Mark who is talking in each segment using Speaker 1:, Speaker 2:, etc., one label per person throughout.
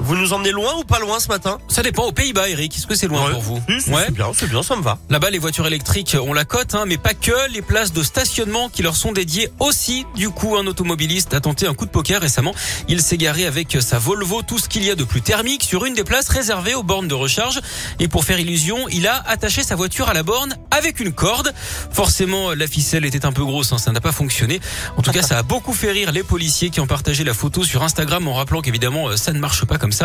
Speaker 1: Vous nous emmenez loin ou pas loin ce matin
Speaker 2: Ça dépend aux Pays-Bas, Eric. Est-ce que c'est loin
Speaker 1: Ouais.
Speaker 2: pour vous
Speaker 1: Si, si,
Speaker 2: Ouais.
Speaker 1: C'est bien, c'est bien, ça me va.
Speaker 2: Là-bas, les voitures électriques ont la cote, hein, mais pas que. Les places de stationnement qui leur sont dédiées aussi. Du coup, un automobiliste a tenté un coup de poker récemment. Il s'est garé avec sa Volvo tout ce qu'il y a de plus thermique sur une des places réservées aux bornes de recharge. Et pour faire illusion, il a attaché sa voiture à la borne avec une corde. Forcément, la ficelle était un peu grosse, hein, ça n'a pas fonctionné. En tout cas, ça a beaucoup fait rire les policiers qui ont partagé la photo sur Instagram en rappelant qu'évidemment, euh, ça ne marche pas comme ça.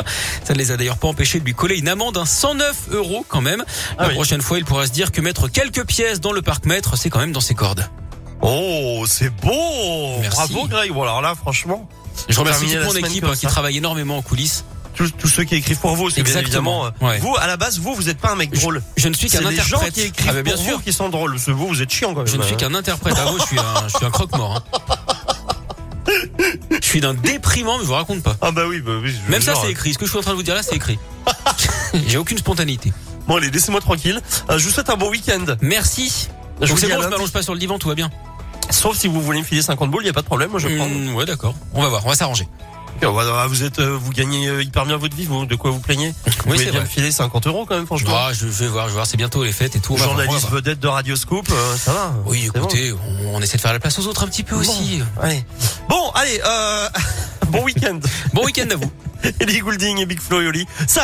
Speaker 2: Ça ne les a d'ailleurs pas empêchés de lui coller une amende à 109 euros quand même.
Speaker 1: Ah
Speaker 2: La
Speaker 1: oui.
Speaker 2: prochaine fois, il pourra se dire que mettre quelques pièces dans le parc-mètre, c'est quand même dans ses cordes.
Speaker 1: Oh, c'est beau
Speaker 2: Merci.
Speaker 1: Bravo Greg. Bon alors là, franchement,
Speaker 2: Je remercie
Speaker 1: Terminer
Speaker 2: toute
Speaker 1: la
Speaker 2: mon
Speaker 1: semaine
Speaker 2: équipe
Speaker 1: comme
Speaker 2: hein, qui
Speaker 1: ça.
Speaker 2: travaille énormément en coulisses.
Speaker 1: tous tous ceux qui écrivent pour vous, c'est bien
Speaker 2: Exactement.
Speaker 1: évidemment. euh,
Speaker 2: Ouais.
Speaker 1: Vous, à la base, vous, vous êtes pas un mec drôle.
Speaker 2: Je ne suis
Speaker 1: C'est
Speaker 2: qu'un
Speaker 1: les gens
Speaker 2: interprète.
Speaker 1: qui écrivent
Speaker 2: Ah, mais bien
Speaker 1: pour
Speaker 2: sûr.
Speaker 1: vous qui sont drôles. Parce que vous, vous êtes chiant quand même. hein.
Speaker 2: Je ne suis qu'un interprète. Ah, moi, je suis un, je suis un croque-mort. hein. Je suis d'un déprimant, mais je vous raconte pas.
Speaker 1: Ah bah oui, bah oui. je
Speaker 2: Même
Speaker 1: vous
Speaker 2: ça,
Speaker 1: jure.
Speaker 2: c'est écrit. Ce que je suis en train de vous dire là, c'est écrit. J'ai aucune spontanéité.
Speaker 1: Bon allez, laissez-moi tranquille. Euh, je vous souhaite un bon week-end.
Speaker 2: Merci.
Speaker 1: Je vous
Speaker 2: Donc c'est
Speaker 1: dis à
Speaker 2: bon, je
Speaker 1: lundi.
Speaker 2: m'allonge pas sur le divan, tout va bien.
Speaker 1: Sauf si vous voulez me filer 50 boules, il y a pas de problème, moi je vais prendre.
Speaker 2: Hum, ouais, d'accord. On va voir, on va s'arranger.
Speaker 1: Ok, on va- Oh, Vous êtes, euh, vous gagnez euh, hyper bien votre vie, vous, de quoi vous plaignez Vous
Speaker 2: Oui,
Speaker 1: pouvez
Speaker 2: c'est
Speaker 1: bien
Speaker 2: vrai.
Speaker 1: me filer 50 euros quand même, franchement.
Speaker 2: Ah, je, je vais voir, je vais voir. C'est bientôt les fêtes et tout. on va voir, on va
Speaker 1: Journaliste
Speaker 2: voir.
Speaker 1: vedette de Radio Scoop, euh, ça va.
Speaker 2: bah. Oui,
Speaker 1: C'est bon.
Speaker 2: écoutez, on, on essaie de faire la place aux autres un petit peu aussi.
Speaker 1: Allez. Bon, allez, euh, bon week-end.
Speaker 2: Bon week-end à vous.
Speaker 1: Ellie Goulding et Big Flo et Oli. Ça